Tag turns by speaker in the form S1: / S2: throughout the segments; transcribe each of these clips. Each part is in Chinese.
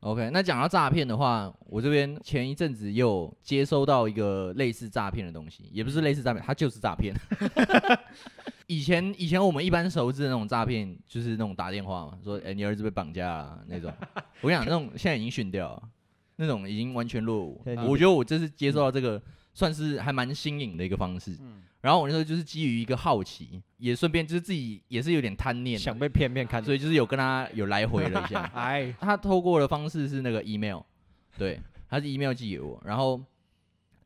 S1: OK，那讲到诈骗的话，我这边前一阵子也有接收到一个类似诈骗的东西，也不是类似诈骗，它就是诈骗。 以前以前我们一般熟知的那种诈骗，就是那种打电话嘛，说哎、你儿子被绑架、啊、那种。 我跟你讲，那种现在已经训掉了，那种已经完全落伍
S2: 现在。
S1: 我觉得我这次接受到这个，算是还蛮新颖的一个方式。然后我那时候就是基于一个好奇，也顺便就是自己也是有点贪念的，
S2: 想被片 面看
S1: 所以就是有跟他有来回了一下。
S2: 哎，
S1: 他透过的方式是那个 email，对，他是 email 寄给我，然后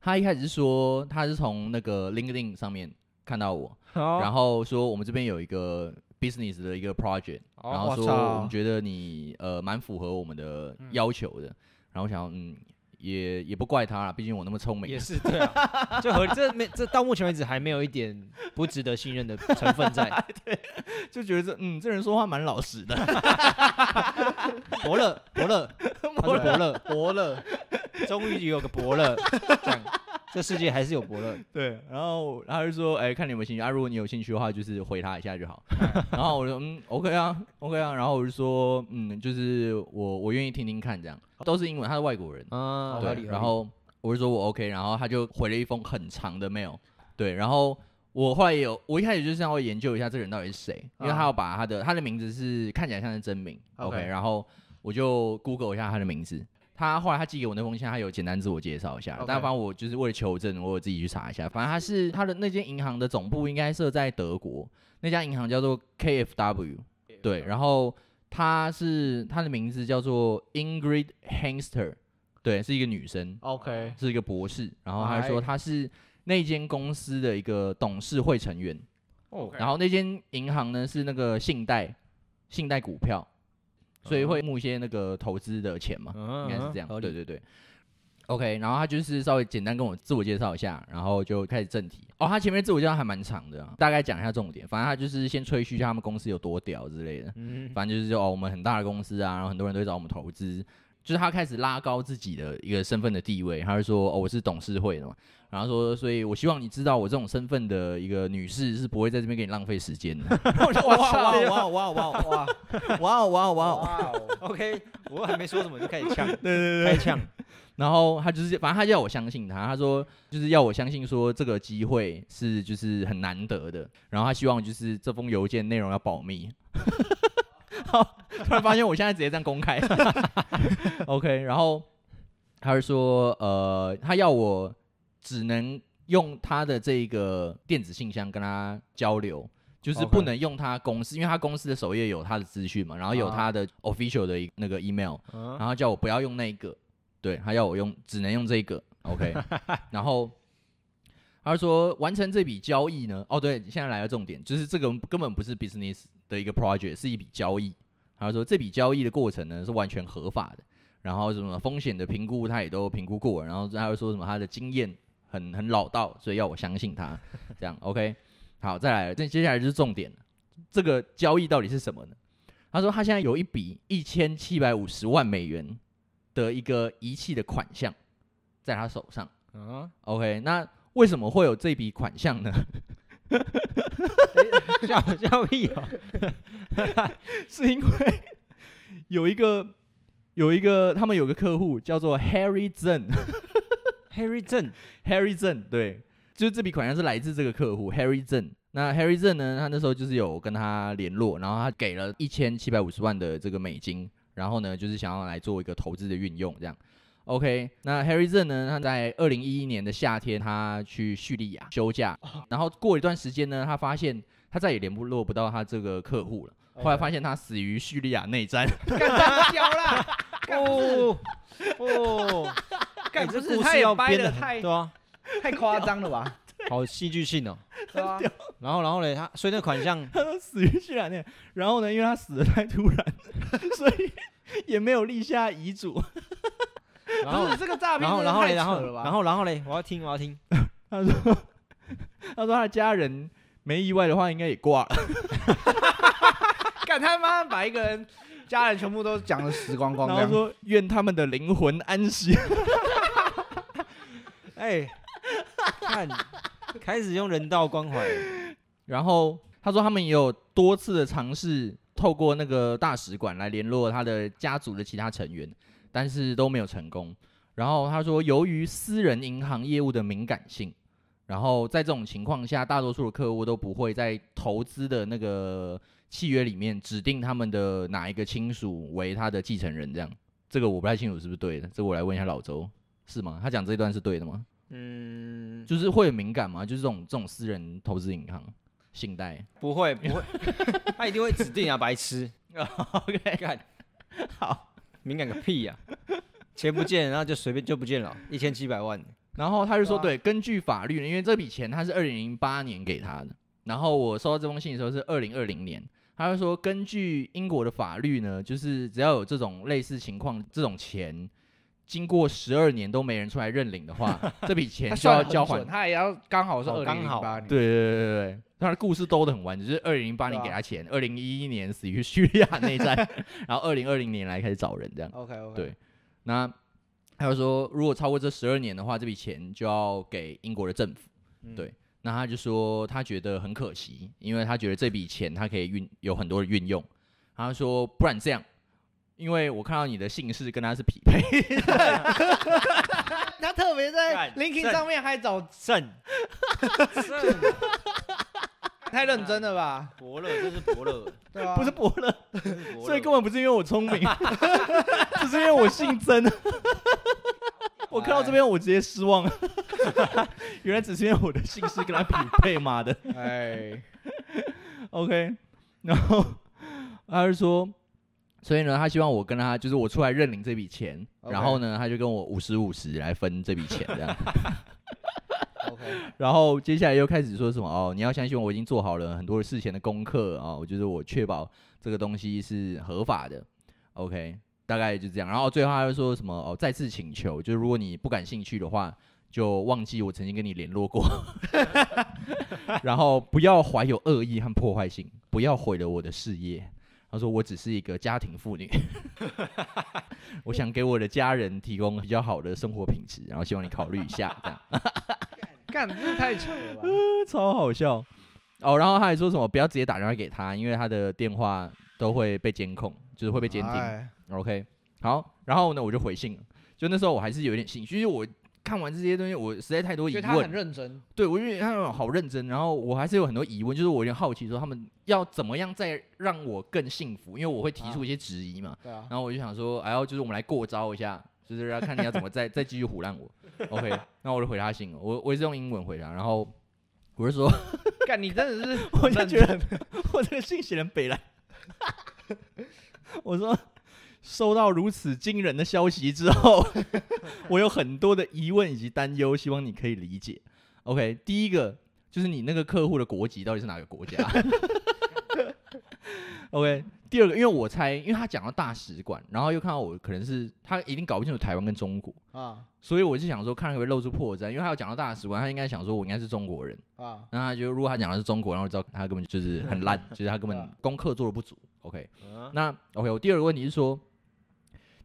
S1: 他一开始是说他是从那个 LinkedIn 上面看到我，
S2: 然
S1: 然后说我们这边有一个 business 的一个 project，然
S2: 哦
S1: 后说我们觉得你呃蛮符合我们的要求的，然后我想嗯也也不怪他啦，毕竟我那么聪
S2: 也
S1: 明，
S2: 是对啊，就和这没这到目前为止还没有一点不值得信任的成 分在。
S1: 就觉得这嗯这人说话蛮老实 的，
S2: 伯乐，伯乐，他是伯乐，伯乐，终于有个伯乐，这样这世界还是有伯乐。
S1: 对，然后他就说，哎、看你有没有兴趣啊？如果你有兴趣的话，就是回他一下就好。然后我就说，嗯，OK 啊，OK 啊。然后我就说，嗯，就是我我愿意听听看，这样都是英文，他是外国人，
S2: 啊，合
S1: 嗯对。
S2: 理
S1: 然后我就说我 OK，然后他就回了一封很长的 mail，对。然后我后来也有，我一开始就是稍微研究一下这个人到底是谁，因为他
S2: 啊
S1: 要把他的他的名字是看起来像是真名
S2: OK
S1: OK，然后我就 Google 一下他的名字。他后来他寄给我那封信，他有简单自我介绍一下
S2: OK
S1: 但反正我就是为了求证，我有自己去查一下。反正他是他的那间银行的总部应该设在德国，那家银行叫做 KFW，对，然后她是她的名字叫做 Ingrid Hengster，对，是一个女生，
S2: OK，
S1: 是一个博士，然后她
S2: 哎
S1: 说她是那间公司的一个董事会成员，
S2: 哦
S1: 然后那间银行呢是那个信贷，信贷股票，所以会募一些那个投资的钱嘛，
S2: 嗯
S1: 应该是这样，对对对。OK，然后他就是稍微简单跟我自我介绍一下，然后就开始正题。哦，他前面自我介绍还蛮长的啊、大概讲一下重点。反正他就是先吹嘘一下他们公司有多屌之类的，
S2: 嗯，
S1: 反正就是说哦，我们很大的公司啊，然后很多人都会找我们投资，就是他开始拉高自己的一个身份的地位，他就说哦，我是董事会的嘛，然后说，所以我希望你知道我这种身份的一个女士是不会在这边给你浪费时间的。我就哇哇哇哇哇哇哇 哇 哦哇哇哇！嗯
S2: OK，我还没说什么就开始呛，对对对，开始呛，
S1: 然后他就是，反正他要我相信他，他说就是要我相信说这个机会是就是很难得的，然后他希望就是这封邮件内容要保密。 好，突然发现我现在直接这样公开 ，OK，然后他就说呃，他要我只能用他的这个电子信箱跟他交流。就是不
S2: OK
S1: 能用他公司因为他公司的首页有他的资讯嘛，然后有
S2: 啊
S1: 他的 official 的一那个 email，
S2: 嗯
S1: 然后叫我不要用那一个，对他要我用，只能用这一个，OK 。然后他说完成这笔交易呢，哦对，现在来到重点，就是这个根本不是 business 的一个 project，是一笔交易。他说这笔交易的过程呢是完全合法的，然后什么风险的评估他也都评估过，然后他又说什么他的经验很很老道，所以要我相信他，这样 OK。好，再来，这接下来就是重点了，这个交易到底是什么呢？他说他现在有一笔一千七百五十万美元的一个遗弃的款项在他手上。
S2: 嗯，
S1: OK，那为什么会有这笔款项呢？
S2: 笑笑屁哦，
S1: 是因为有一个有一个他们有个客户叫做 Harry Zen，Harry
S2: Harry 正
S1: Zen 对，就是这笔款项是来自这个客户 Harry Zen。那 Harry Zen 呢，他那时候就是有跟他联络，然后他给了一千七百五十万的这个美金，然后呢就是想要来做一个投资的运用这样。OK，那 Harry Zen 呢？他在二零一一年的夏天，他去叙利亚休假，然后过一段时间呢，他发现他再也联络不到他这个客户了。后来发现他死于叙利亚内战，
S2: 屌 啦，哦哦，
S3: 干
S2: 哎这
S3: 不是
S2: 故
S3: 他
S2: 事
S3: 也
S2: 要
S3: 掰
S2: 编
S3: 得
S2: 的
S3: 太
S2: 对啊，
S3: 太夸张了 吧？
S2: 好戏剧性哦。
S3: 对啊，
S2: 然后然后嘞，他所以那款 项
S1: 他都死于叙利亚内战。然后呢，因为他死的太突然， 所以也没有立下遗嘱。
S2: 然后
S3: 不是这个诈骗
S2: 然后
S3: 真的
S2: 然后嘞，
S3: 太
S2: 然
S3: 扯
S2: 后
S3: 了吧，
S2: 然后然后嘞，我要听我要听，
S1: 他说，他说他的家人没意外的话，应该也挂了。
S3: 干他妈把一个人家人全部都讲的死光光
S1: 然
S3: 这
S1: 后
S3: 样，
S1: 说愿他们的灵魂安息。
S2: 哎，看开始用人道关怀，
S1: 然后他说他们也有多次的尝试透过那个大使馆来联络他的家族的其他成员，但是都没有成功。然后他说，由于私人银行业务的敏感性，然后在这种情况下，大多数的客户都不会在投资的那个契约里面指定他们的哪一个亲属为他的继承人，这样。这个我不太清楚是不是对的，这个我来问一下老周，是吗？他讲这一段是对的吗？
S3: 嗯，
S1: 就是会很敏感吗？就是这种这种私人投资银行信贷。
S2: 不会不 会，他一定会指定啊，白痴，
S1: OK，
S2: 干
S1: 好。
S2: 敏感个屁呀、钱不见，然后就随便就不见了，一千七百万，
S1: 然后他就说，
S3: 哇
S1: 对，根据法律，因为这笔钱他是二零零八年给他的，然后我收到这封信的时候是二零二零年。他就说，根据英国的法律呢，就是只要有这种类似情况，这种钱经过十二年都没人出来认领的 话，这笔钱
S3: 他
S1: 就
S3: 算
S1: 要
S3: 得很
S1: 交
S3: 准啊
S1: 还
S3: 他也要刚好是
S2: 哦
S3: 二
S2: 刚
S3: 零
S2: 好
S3: 零八年，
S1: 对对对对对，他的故事兜得很完整，就是二零零八年
S3: 对啊
S1: 给他钱，二零一一年死于叙利亚内 战，然后二零二零年来开始找人这样。
S3: ，OK OK，
S1: 对那他就说，如果超过这十二年的话，这笔钱就要给英国的政府。
S3: 嗯
S1: 对，那他就说他觉得很可惜，因为他觉得这笔钱他可以运有很多的运用。他说，不然这样，因为我看到你的姓氏跟他是匹配，
S3: 他特别在
S2: 干
S3: LinkedIn
S2: 正
S3: 上面还找，
S2: 正
S3: 太认真了吧？
S2: 伯乐，这是伯乐，
S3: 对啊，
S1: 不是伯乐，
S2: 这是伯 乐
S1: 所以根本不是因为我聪明， 只是因为我姓曾。 我看到这边我直接失望， 原来只是因为我的姓氏跟他匹配，妈的。
S3: 哎，
S1: OK，然后他就说，所以呢，他希望我跟他就是我出来认领这笔钱
S3: OK
S1: 然后呢，他就跟我五十五十来分这笔钱这样。
S3: OK，
S1: 然后接下来又开始说什么哦，你要相信我，我已经做好了很多事前的功课啊、我觉得我确保这个东西是合法的。OK，大概就这样。然后最后他又说什么哦，再次请求，就是如果你不感兴趣的话，就忘记我曾经跟你联络过， 然后不要怀有恶意和破坏性，不要毁了我的事业。他说：“我只是一个家庭妇女， 我想给我的家人提供比较好的生活品质，然后希望你考虑一下。”这样，
S3: 干，这是太扯 了吧？
S1: 超好笑哦。然后他还说什么不要直接打电话给他，因为他的电话都会被监控，就是会被监听。
S3: 哎
S1: OK，好，然后呢我就回信了，就那时候我还是有点兴趣，因为我看完这些东西，我实在太多疑
S3: 觉得他很
S1: 问，
S3: 认真，
S1: 对我就觉得他好认真，然后我还是有很多疑问，就是我有点好奇说他们要怎么样再让我更幸福，因为我会提
S3: 嗯
S1: 出一些质疑嘛。
S3: 对啊，
S1: 然后我就想说，哎呦，就是我们来过招一下，就是要看你要怎 么再再继续唬烂我。OK，那我就回他信了，我我也是用英文回他，然后我就说，
S3: 干，你真的 是
S1: 我
S3: 很
S1: 就
S3: 认
S1: 觉
S3: 真，
S1: 得我这个信写人北来，我说收到如此惊人的消息之后， 我有很多的疑问以及担忧，希望你可以理解。OK，第一个就是你那个客户的国籍到底是哪个国家 ？OK，第二个，因为我猜，因为他讲到大使馆，然后又看到我可能是他一定搞不清楚台湾跟中国，
S3: 啊
S1: 所以我就想说看会不会露出破绽，因为他有讲到大使馆，他应该想说我应该是中国人。
S3: 啊，
S1: 那他就如果他讲的是中国，然后知道他根本就是很烂，就是他根 本功课做的不足。OK，
S2: 嗯
S1: 那 OK，我第二个问题是说，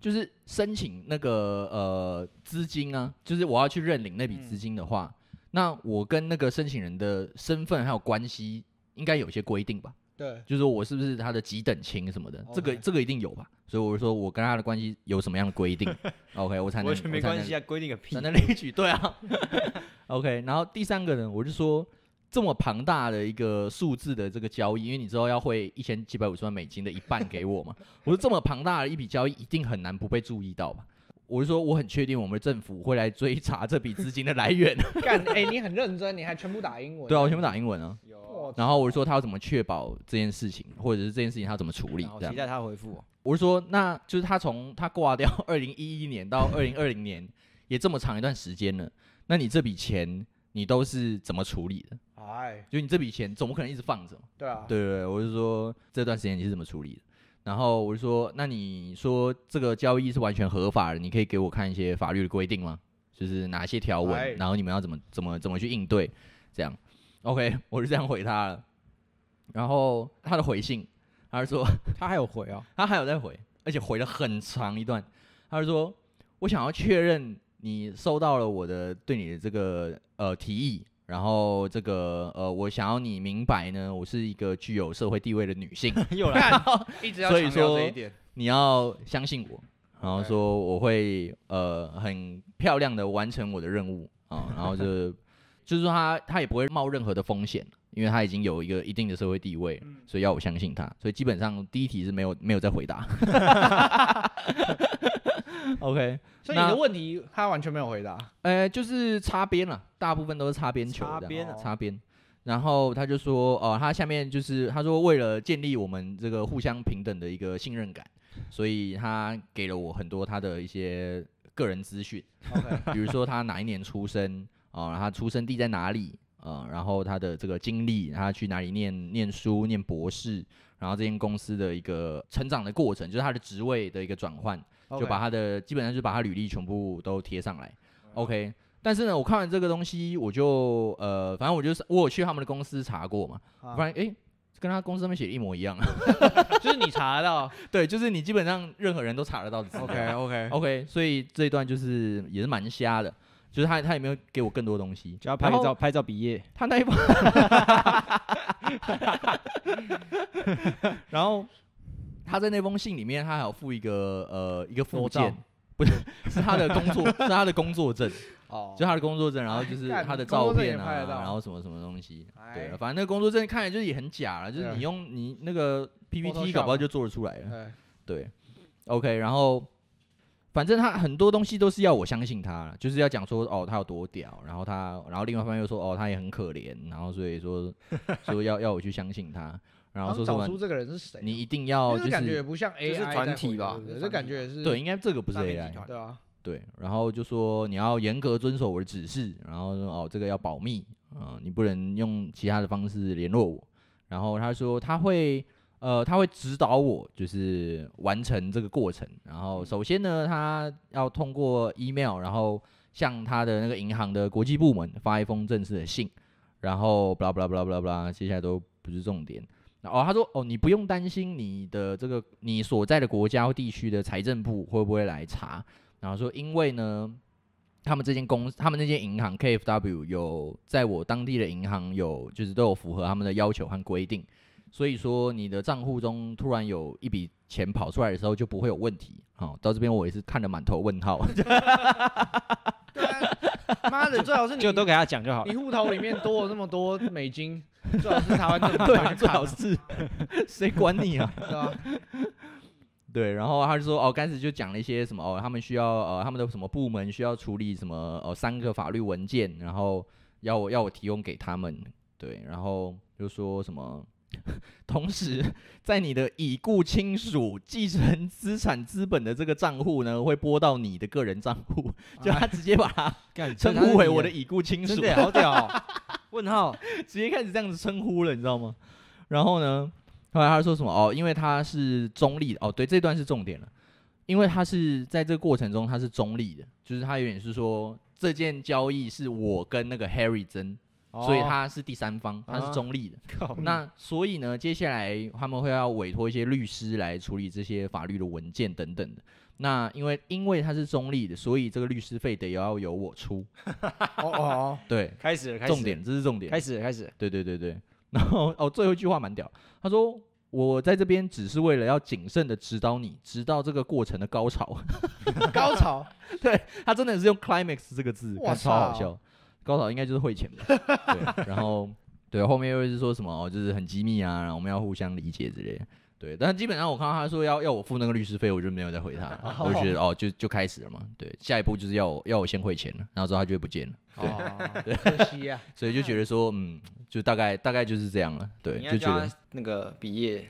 S1: 就是申请那个呃资金啊，就是我要去认领那笔
S2: 嗯
S1: 资金的话，那我跟那个申请人的身份还有关系应该有一些规定吧？
S3: 对，
S1: 就是说我是不是他的几等亲什么的，这个
S3: OK
S1: 这个一定有吧？所以我就说我跟他的关系有什么样的规定 ？OK，我才能
S2: 完全没
S1: 我才
S2: 关
S1: 能
S2: 系啊，规定个屁
S1: 才，能领取，对啊。OK，然后第三个呢，我就说这么庞大的一个数字的这个交易，因为你知道要汇一千七百五十万美金的一半给 我嘛，我说这么庞大的一笔交易，一定很难不被注意到吧。我就说，我很确定我们的政府会来追查这笔资金的来 源。
S3: 干，哎，你很认真，你还全部打英文，
S1: 对啊，我全部打英文啊。
S2: 有
S3: 我
S1: 然后我就说他要怎么确保这件事情，或者是这件事情他要怎么处理
S2: 然后
S1: 这样
S2: 期。待他回复我，
S1: 我是说，那就是他从他挂掉 二零一一年到二零二零年，也这么长一段时间了。那你这笔钱，你都是怎么处理的？
S3: 哎，
S1: 就你这笔钱，总不可能一直放着嘛。
S3: 对啊，
S1: 对对对，我是说这段时间你是怎么处理的？然后我就说，那你说这个交易是完全合法的，你可以给我看一些法律的规定吗？就是哪些
S3: 哎
S1: 条文，然后你们要怎么怎么怎么去应对？这样，OK，我就这样回他了。然后他的回信，他是说。
S2: 他还有回哦，
S1: 他还有在回，而且回了很长一段。他就说：“我想要确认你收到了我的对你的这个呃提议，然后这个呃，我想要你明白呢，我是一个具有社会地位的女性，
S2: 又来
S3: 干，一直要
S1: 所以
S3: 强调
S1: 说
S3: 这一点，
S1: 你要相信我。然后
S3: OK
S1: 说我会呃很漂亮的完成我的任务啊、然后就 就是说他他也不会冒任何的风险，因为他已经有一个一定的社会地位了，
S3: 嗯
S1: 所以要我相信他，所以基本上第一题是没有没有再 回答。OK，
S3: 所以你
S1: 那
S3: 的问题他完全没有回答。
S1: 呃，就是擦边了，大部分都是擦边球这样，
S2: 擦边哦
S3: 啊
S1: 擦边。然后他就说，呃，他下面就是他说，为了建立我们这个互相平等的一个信任感，所以他给了我很多他的一些个人资 讯，
S3: OK，
S1: 比如说他哪一年出生啊、呃他出生地在哪里啊、呃然后他的这个经历，他去哪里念念书、念博士，然后这间公司的一个成长的过程，就是他的职位的一个转换。就把他的基本上就把他履历全部都贴上来。OK，但是呢，我看完这个东西，我就呃，反正我就是我有去他们的公司查过嘛，
S3: 啊
S1: 我发现诶，跟他公司上面写的一模一样。啊
S3: 就是你查得到。
S1: 对，就是你基本上任何人都查得到的资料。
S3: OK OK，
S1: OK，所以这一段就是也是蛮瞎的，就是他他也没有给我更多东西。
S2: 就要拍
S1: 然后
S2: 照拍照毕业，
S1: 他那一把， 然后他在那封信里面，他还有附一个呃一个附
S2: 裸
S1: 件
S2: 照，
S1: 不是是他的工作，是他的工作证，
S3: 哦
S1: 就他的工作证，然后就是
S3: 干
S1: 他的
S3: 工作
S1: 照
S3: 证也
S1: 片啊
S3: 拍得，到
S1: 然后什么什么东西，对啊
S3: 哎，
S1: 反正那个工作证看起来就是也很假了，就是
S3: 对
S1: 你用你那个 PPT
S3: Photoshop
S1: 搞不好就做得出来了，
S3: 对
S1: 对，OK，然后反正他很多东西都是要我相信他啦，就是要讲说哦他有多屌，然后他，然后另外一方面又说哦他也很可怜，然后所 以说说要要我去相信他，然后
S3: 好
S1: 说
S3: 像
S1: 什
S3: 找
S1: 么
S3: 出这个人是谁啊，
S1: 你一定要
S3: 就
S1: 就是
S3: 感觉也
S1: 是
S3: 不像 AI
S4: 是
S3: 在
S4: 团体
S3: 回
S4: 吧
S3: 对不对
S4: 是
S3: 这
S4: 团
S3: 感
S4: 体
S3: 觉也是
S1: 对，应该这个不是
S4: 诈骗集
S1: AI
S4: 团
S3: 对啊，
S1: 对，然后就说你要严格遵守我的指示，然后说哦这个要保密，嗯、你不能用其他的方式联络我，然后他说他会。呃，他会指导我，就是完成这个过程。然后首先呢，他要通过 email，然后向他的那个银行的国际部门发一封正式的信，然后 blah blah blah blah blah，接下来都不是重点。然后哦，他说哦，你不用担心你的这个你所在的国家或地区的财政部会不会来查。然后说，因为呢，他们这间公他们那间银行 KFW 有在我当地的银行有就是都有符合他们的要求和规定，所以说你的账户中突然有一笔钱跑出来的时候就不会有问题。好、到这边我也是看得满头问号。
S3: 对啊， 妈的，最好是 你
S2: 就都给他讲就好了
S3: 你。户头里面多了那么多美金，最好是台湾政府
S1: 对
S3: 帮
S1: 啊，
S3: 你
S1: 最
S3: 看
S1: 好
S3: 啊
S1: 是谁管你啊？
S3: 对吧？
S1: 对，然后他就说哦，开始就讲了一些什么哦，他们需要呃他们的什么部门需要处理什么呃三个法律文件，然后要我要我提供给他们，对，然后就说什么。 同时，在你的已故亲属继承资产资本的这个账户呢，会拨到你的个人账户， 就
S2: 啊
S1: 他直接把 它
S2: 干
S1: 称呼为我的，已故亲
S2: 真
S1: 属
S2: 的，耶好屌哦！ 问号，
S1: 直接开始这样子称呼了，你知道吗？然后呢，后来他说什么？哦，因为他是中立的。哦，对，这段是重点了，因为他是在这个过程中他是中立的，就是他有点是说这件交易是我跟那个 Harry 争，所以他是第三方，他是中立的。
S2: 哦啊靠
S1: 那所以呢，接下来他们会要委托一些律师来处理这些法律的文件等等的。那因为因为他是中立的，所以这个律师费得要由我出。
S3: 哦哦，
S1: 对，
S2: 开始了，开始了
S1: 重，点，这是重点。
S2: 开始了，开始了。
S1: 对对对 对，然后哦，最后一句话蛮屌，他说我在这边只是为了要谨慎的指导你，直到这个过程的高潮。
S3: 哦高潮，
S1: 对他真的是用 climax 这个字，
S3: 哇
S1: 看超好
S3: 操
S1: 笑。高潮应该就是汇 钱吧？对，然后对后面又是说什么哦，就是很机密啊，然后我们要互相理解之类的。对，但基本上我看到他说要要我付那个律师费，我就没有再回他了，我就觉得哦，就就开始了嘛。对，下一步就是要我要我先汇钱了，然后之后他就会不见了，
S3: 对，可惜啊，
S1: 所以就觉得说嗯，就大概大概就是这样了。对，
S4: 你应
S1: 就
S4: 该
S1: 觉
S4: 叫
S1: 得
S4: 他那个毕业，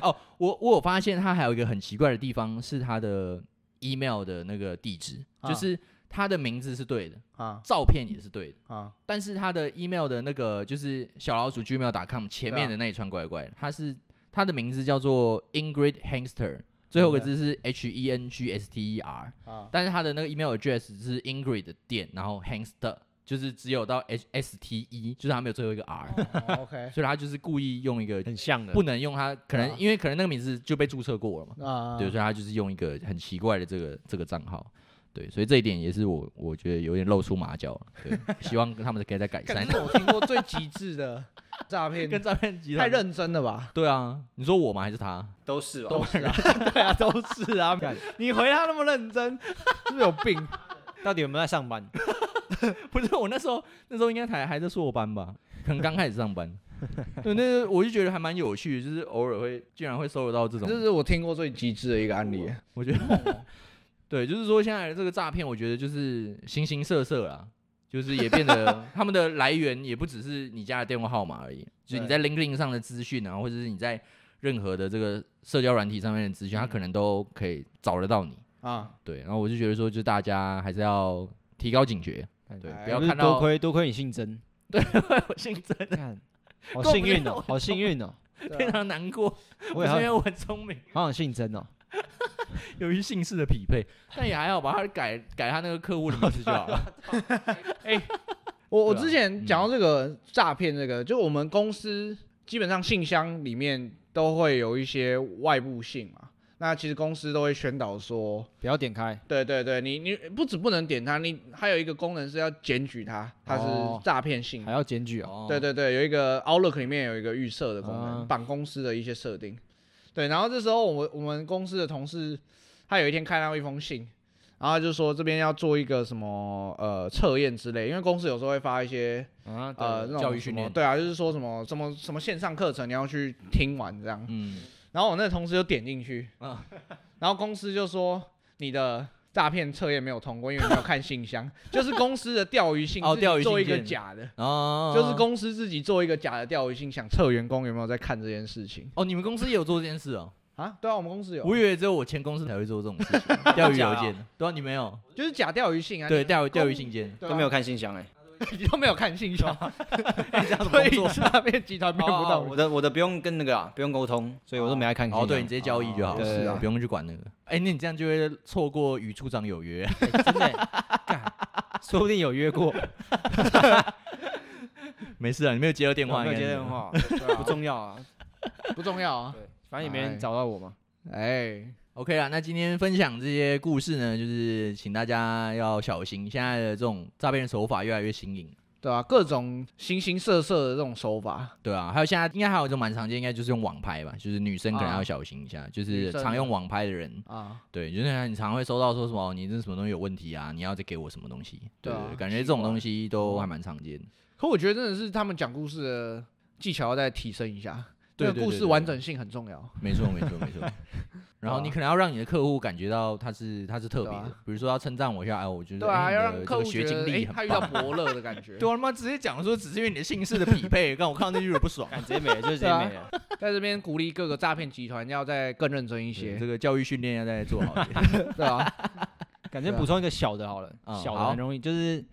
S1: 哦，我我有发现他还有一个很奇怪的地方是他的 email 的那个地址，
S3: 啊
S1: 就是他的名字是对的，
S3: 啊
S1: 照片也是对的，
S3: 啊，
S1: 但是他的 email 的那个就是小老鼠 gmail.com 前
S3: 对
S1: 面
S3: 啊
S1: 的那一串怪怪的，他是他的名字叫做 Ingrid Hengster，最后一个字是 H E N G S T E R，
S3: 啊
S1: 但是他的那个 email address 是 Ingrid 点，然后 Hengster 就是只有到 H S T E，就是他没有最后一 个 R，、
S3: 哦 OK
S1: 所以他就是故意用一个
S2: 很像的，
S1: 不能用他，可能、
S3: 啊
S1: 因为可能那个名字就被注册过了嘛，
S3: 啊，
S1: 对，所以他就是用一个很奇怪的这个这个账号，对，所以这一点也是我 我觉得有点露出马脚了，对，希望他们可以再改
S3: 干
S1: 善
S3: 这。是我听过最极致的诈骗
S1: 跟诈骗集团
S3: 太认真了吧？
S1: 对啊，你说我吗？还是他？
S3: 都是
S2: 哦
S3: 吧
S1: 都
S3: 是啊， 对啊，都是啊
S2: 干。
S3: 你回他那么认真，是不是有病？
S2: 到底有没有在上班？
S1: 不是我那时候，那时候应该还还在硕班吧，可能刚开始上班。 对，那时候我就觉得还蛮有趣，就是偶尔会竟然会收得到这种
S3: 这，是我听过最极致的一个案例。
S1: 我觉得
S3: 哦
S1: 对，就是说现在的这个诈骗，我觉得就是形形色色啦，就是也 变得他们的来源也不只是你家的电话号码而已，就是你在 LinkedIn 上的资讯啊，或者是你在任何的这个社交软体上面的资讯，他
S3: 嗯
S1: 可能都可以找得到你。
S3: 啊，
S1: 对，然后我就觉得说，就大家还是要提高警觉，对，
S3: 哎
S1: 不要
S2: 是
S1: 看
S2: 多
S1: 到
S2: 亏多亏你姓 曾，
S1: 性真
S3: 啊
S2: 看，好
S1: 够不
S2: 幸运
S1: 了
S2: 哦
S1: 我，
S2: 好幸运 哦，
S3: 对
S1: 非
S3: 啊
S1: 常难过。
S2: 我
S1: 我
S2: 也
S1: 是
S2: 好
S1: 因为我很聪明，
S2: 好想姓曾哦，
S1: 由于姓氏的匹配，但也还好吧，他改改他那个客户的名字就好 了。
S3: 我我
S1: 对啊
S3: 之前讲到这个诈骗，这个就我们公司基本上信箱里面都会有一些外部信嘛。那其实公司都会宣导说，
S2: 不要点开，
S3: 对对对，你你不止不能点它，你还有一个功能是要检举它，它是
S2: 哦
S3: 诈骗性
S2: 还要检举
S1: 哦
S2: 哦，
S3: 对，对对，有一个 Outlook 里面有一个预设的功能，
S2: 啊
S3: 绑公司的一些设定。对，然后这时候我们我们公司的同事，他有一天看到一封信，然后他就说这边要做一个什么呃测验之类，因为公司有时候会发一些
S2: 啊，对
S3: 呃那种
S1: 教育
S3: 什
S1: 训
S3: 么
S1: 练
S3: 对啊，就是说什么什么什么线上课程你要去听完这样。
S1: 嗯，
S3: 然后我那个同事就点进去，
S1: 啊
S3: 然后公司就说你的诈骗测验没有通过，因为你没有看信箱，就是公司的钓鱼信
S1: 哦
S3: 自己
S1: 钓鱼
S3: 做一
S1: 信
S3: 个
S1: 件
S3: 假的。
S1: 哦，
S3: 就是公司自己做一个假的钓鱼信，想测员工有没有在看这件事情
S1: 哦，你们公司也有做这件事哦？
S3: 啊？对啊，我们公司有，
S1: 我以为只有我前公司才会做这种事情，钓鱼邮件，对啊，你没有？
S3: 就是假钓鱼信啊。
S1: 对，
S3: 你
S1: 钓鱼钓鱼信件，
S3: 对啊
S4: 都没有，看信 箱哎、
S3: 你 都没有看信箱，
S1: 哦 这样
S3: 所
S1: 工
S3: 以
S1: 作？
S3: 诈骗集团骗不到
S4: 哦我
S3: 我。
S4: 的我的不用跟那个啊，不用沟通，所以我都没爱看信
S2: 啊
S4: 箱。
S1: 哦，对你直接交易就好
S4: 哦是
S1: 了，
S4: 啊
S1: 不用去管那个。哎，那你这样就会错过与处长有约。
S2: 哎真的耶， 干说不定有约过，
S1: 没事啊，你没有接到电话，
S2: 没有接
S1: 应该是
S2: 电。 话，
S3: 对啊
S2: 不重要啊，
S3: 不重要啊。
S2: 对，反正也没人找到我嘛，
S3: 哎，
S1: OK 啦，那今天分享这些故事呢，就是请大家要小心，现在的这种诈骗手法越来越新颖。
S3: 对啊，各种形形色色的这种手法，
S1: 对啊，还有现在应该还有一种蛮常见，应该就是用网拍吧，就是女生可能
S3: 啊
S1: 要小心一下，就
S3: 女
S1: 是
S3: 生
S1: 常用网拍的人，
S3: 啊，
S1: 对，就是你常会收到说什么你这什么东西有问题啊，你要再给我什么东西，
S3: 对
S1: 对
S3: 啊
S1: 感觉这种东西都还蛮常见的。
S3: 可我觉得真的是他们讲故事的技巧要再提升一下，
S1: 对
S3: 那个
S1: 对
S3: 故
S1: 对
S3: 事
S1: 对
S3: 完
S1: 对
S3: 整性很重要。
S1: 没错，没错，没 错。然后你可能要让你的客户感觉到他是他是特别
S3: 对
S1: 的
S3: 啊，
S1: 比如说要称赞我一下，哎，我觉得
S3: 对啊，
S1: 哎
S3: 要
S1: 你
S3: 让
S1: 的
S3: 客户
S1: 这个学
S3: 觉得
S1: 经
S3: 哎
S1: 历，
S3: 他
S1: 很
S3: 遇到
S1: 棒。
S3: 伯乐的 感觉。
S1: 对啊，他妈直接讲说只是因为你的姓氏的匹配，让我看到那句有点不 爽。
S2: 干直接没了，就是直接
S4: 啊
S2: 没了，
S3: 在这边鼓励各个诈骗集团要再更认真一
S1: 对
S3: 些
S1: 这，个教育训练要再做好一点。
S3: 对啊。
S2: 感
S3: 对
S2: 觉
S3: 啊啊
S2: 补充一个小的好了，
S1: 嗯
S2: 小
S1: 好
S2: 的很容易，就是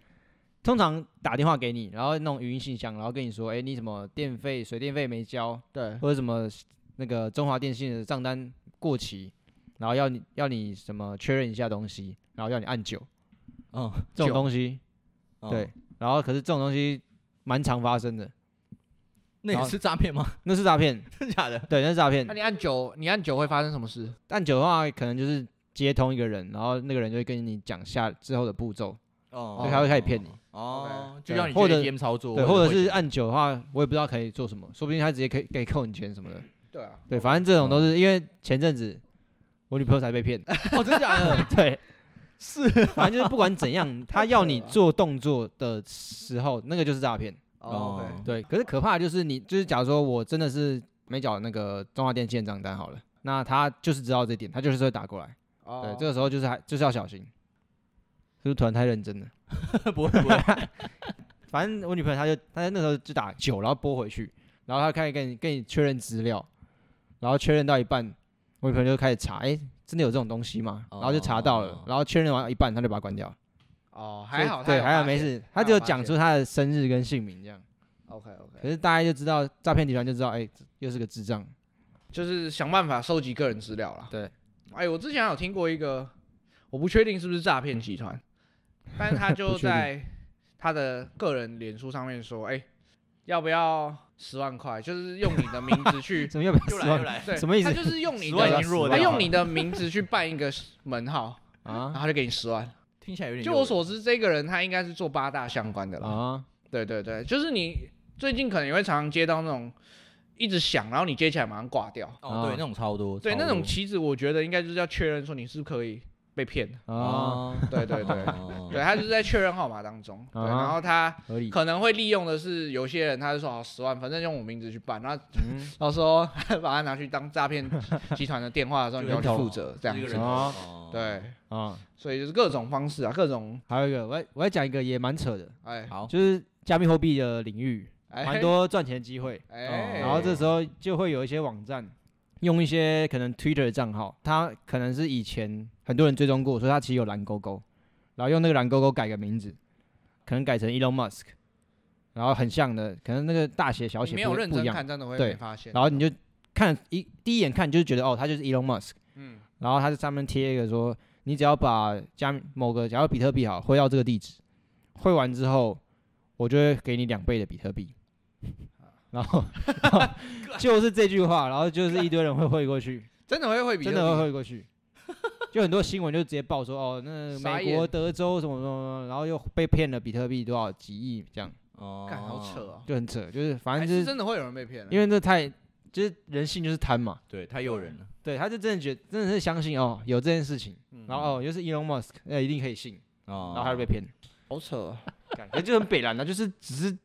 S2: 通常打电话给你，然后弄语音信箱，然后跟你说，哎，你什么电费、水电费没交，
S3: 对，
S2: 或者什么那个中华电信的账单过期，然后要你要你什么确认一下东西，然后要你按九
S1: 嗯，
S2: 这种
S3: 九
S2: 东西，
S3: 哦
S1: 嗯
S2: 对，，然后可是这种东西蛮常发生的，
S1: 那也是诈骗吗？
S2: 那是 诈骗，
S1: 真的假的？
S2: 对，那是诈骗
S3: 那、。你按九，你按九会发生什么事？
S2: 按九的话，可能就是接通一个人，然后那个人就会跟你讲下之后的步骤，
S1: 哦
S3: 所以他
S2: 会开始骗你。
S1: 哦，就
S2: 对
S1: 让你
S2: 或
S1: 或
S2: 者
S1: 者 m 操作，
S2: 对，或者
S1: 汇
S2: 是
S1: 钱
S2: 按九的话，我也不知道可以做什么，说不定他直接可以可以扣你钱什么的。
S3: 对啊，
S2: 对，反正这种都是因为前阵子我女朋友才被 骗，
S1: 哦，真的假的？
S2: 对，是，啊反正就是不管怎样，他要你做动作的时候，那个就是诈骗。
S3: 哦，OK，
S2: 对，可是可怕的就是你，就是假如说我真的是没缴那个中华电信的账单好了，那他就是知道这点，他就是会打过来。
S3: 哦
S2: 对，这个时候就是还就是要小心，是不是突然太认真了？
S1: 不会不会，
S2: 反正我女朋友她就她在那时候就打九，然后拨回去，然后她开始跟你跟你确认资料，然后确认到一半，我女朋友就开始查，哎、真的有这种东西吗？然后就查到了，
S1: 哦
S2: 然后确认完一半，她就把它关掉。
S3: 哦
S2: 所
S3: 还
S2: 以
S3: 好，
S2: 对，
S3: 他
S2: 还
S3: 有
S2: 好
S3: 发
S2: 没
S3: 现。
S2: 事，
S3: 他
S2: 她
S3: 有
S2: 只有
S3: 发
S2: 讲
S3: 现
S2: 出她的生日跟姓名这样，
S3: OK OK，
S2: 可是大家就知道诈骗集团就知道，哎、这又是个智障。
S3: 就是想办法收集个人资料啦。
S2: 对，
S3: 哎，我之前有听过一个，我不确定是不是诈骗集团，但是他就
S2: 不确定，
S3: 在他的个人脸书上面说，哎，要不要十万块？就是用你的名字去
S2: 怎么又被
S1: 又
S2: 十
S1: 来又
S2: 万
S1: 来，
S3: 对，
S2: 什么意思
S3: 他就是用你
S1: 十万已
S3: 的，
S1: 经弱
S3: 他
S1: 掉了，
S3: 用你的名字去办一个门号，然
S2: 啊
S3: 后他就给你十万。
S1: 听起来有点
S3: 就
S1: 诱
S3: 我
S1: 人
S3: 所知，这个人他应该是做八大相关的啦。
S2: 啊？
S3: 对对对，就是你最近可能也会常常接到那种一直响，然后你接起来马上挂掉。
S1: 哦，对，那种超多，
S3: 对，
S1: 超
S3: 那
S1: 多
S3: 种棋子，我觉得应该就是要确认说你是不是可以被骗的。
S2: 啊，，
S3: 对对对，
S2: 嗯
S1: 哦
S3: 对他就是在确认号码当 中，对，
S2: 啊
S3: 然后他
S2: 合理。
S3: 可能会利用的是有些人，他就说好十万，反正用我名字去办，然后
S2: 嗯
S3: 到时候把它拿去当诈骗集团的电话的时候，你
S1: 就
S3: 要去
S1: 人头
S3: 负责这
S1: 一
S3: 样
S1: 个人
S3: 子
S1: 头。
S2: 哦
S1: 哦
S3: 对，
S2: 啊，
S3: 所以就是各种方式啊，各种
S2: 还有一个，我要我要讲一个也蛮扯的，
S3: 哎
S1: 好，
S2: 就是加密货币的领域，
S3: 哎
S2: 蛮多赚钱的机会。
S3: 哎，
S2: 然后这时候就会有一些网站用一些可能 Twitter 的账号，它可能是以前很多人追踪过，所以它其实有蓝勾勾，然后用那个蓝勾勾改个名字，可能改成 Elon Musk，然后很像的，可能那个大写
S3: 你
S2: 小写
S3: 没
S2: 不
S3: 有认
S2: 不一
S3: 真
S2: 样，
S3: 看，真的会
S2: 对
S3: 没发现。
S2: 然后你就看一第一眼看就是觉得哦，他就是 Elon Musk，
S3: 嗯
S2: 然后它上面贴一个说，你只要把加密某个，假如比特币好，汇到这个地址，汇完之后，我就会给你两倍的比特币。然后 就是这句话，然后就是一堆人会汇过去，
S3: 真的会 会比
S2: 真
S3: 特
S2: 的
S3: 币
S2: 会汇过去。就很多新闻就直接报说，哦，那
S3: 傻
S2: 美国
S3: 眼
S2: 德州什么什么，然后又被骗了比特币多少几亿，这样
S1: 哦
S3: 干好扯，哦，
S2: 就很扯。就是
S3: 还
S2: 反正
S3: 是
S2: 就是
S3: 真的会有人被骗了，
S2: 因为这太就是人性就是贪嘛，
S1: 对，太诱人了，
S2: 对，他就真的觉真的是相信哦有这件事情，
S3: 为
S2: 然后哦又是 Elon Musk，那一定可以信。
S1: 哦
S2: 然后他就被骗了，
S3: 好扯哦，
S2: 感觉就很北蓝啊，就是只是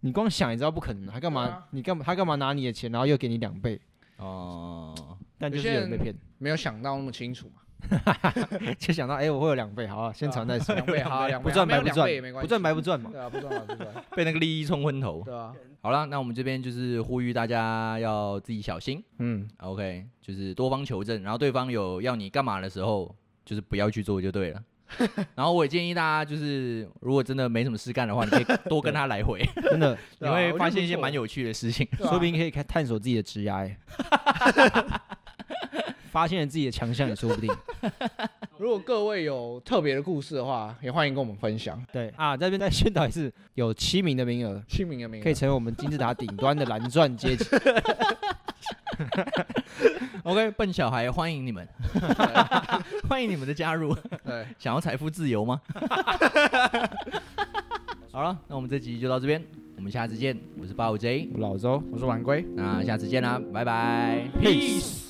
S2: 你光想也知道不可能啊，他干
S3: 对
S2: 嘛
S3: 啊？
S2: 你干嘛？他干嘛拿你的钱，然后又给你两倍？
S1: 哦，
S2: 但
S3: 有
S2: 就是
S3: 些
S2: 有人被
S3: 人
S2: 骗，
S3: 没有想到那么清楚嘛，
S2: 就想到哎，我会有两倍，好啊，先藏在手，
S3: 两倍好，两倍啊
S2: 不赚
S3: 没有
S2: 白不
S3: 两
S2: 赚
S3: 倍也没，关
S2: 不
S3: 系，
S2: 赚白不 赚嘛。
S3: 对啊，不赚白不赚，
S1: 被那个利益冲昏头。
S3: 对 啊，
S1: 好了，那我们这边就是呼吁大家要自己小心
S3: 嗯，
S1: ，OK，就是多方求证，然后对方有要你干嘛的时候，就是不要去做 就对了。然后我也建议大家，就是如果真的没什么事干的话，你可以多跟他来回，
S2: 真的，
S1: 你
S3: 对啊
S1: 会
S3: 我觉得
S1: 发
S3: 不
S1: 现一些
S3: 错
S1: 蛮有趣的事情。
S3: 对啊
S2: 说不定可以开探索自己的职涯， 哎发现了自己的强项也说不定。
S3: 如果各位有特别的故事的话，也欢迎跟我们分享。
S2: 对啊，这边再宣导一次，有七名的名额
S3: 姓名的名额
S2: 可以成为我们金字塔顶端的蓝钻阶级。
S1: OK，笨小孩欢迎你们， 欢迎你们的加入。
S3: 对，
S1: 想要财富自由吗？ 好了，那我们这集就到这边，我们下次见。我是八五 J，
S2: 我老周
S3: 我是晚归。
S1: 那下次见啦，拜拜。
S2: ，peace。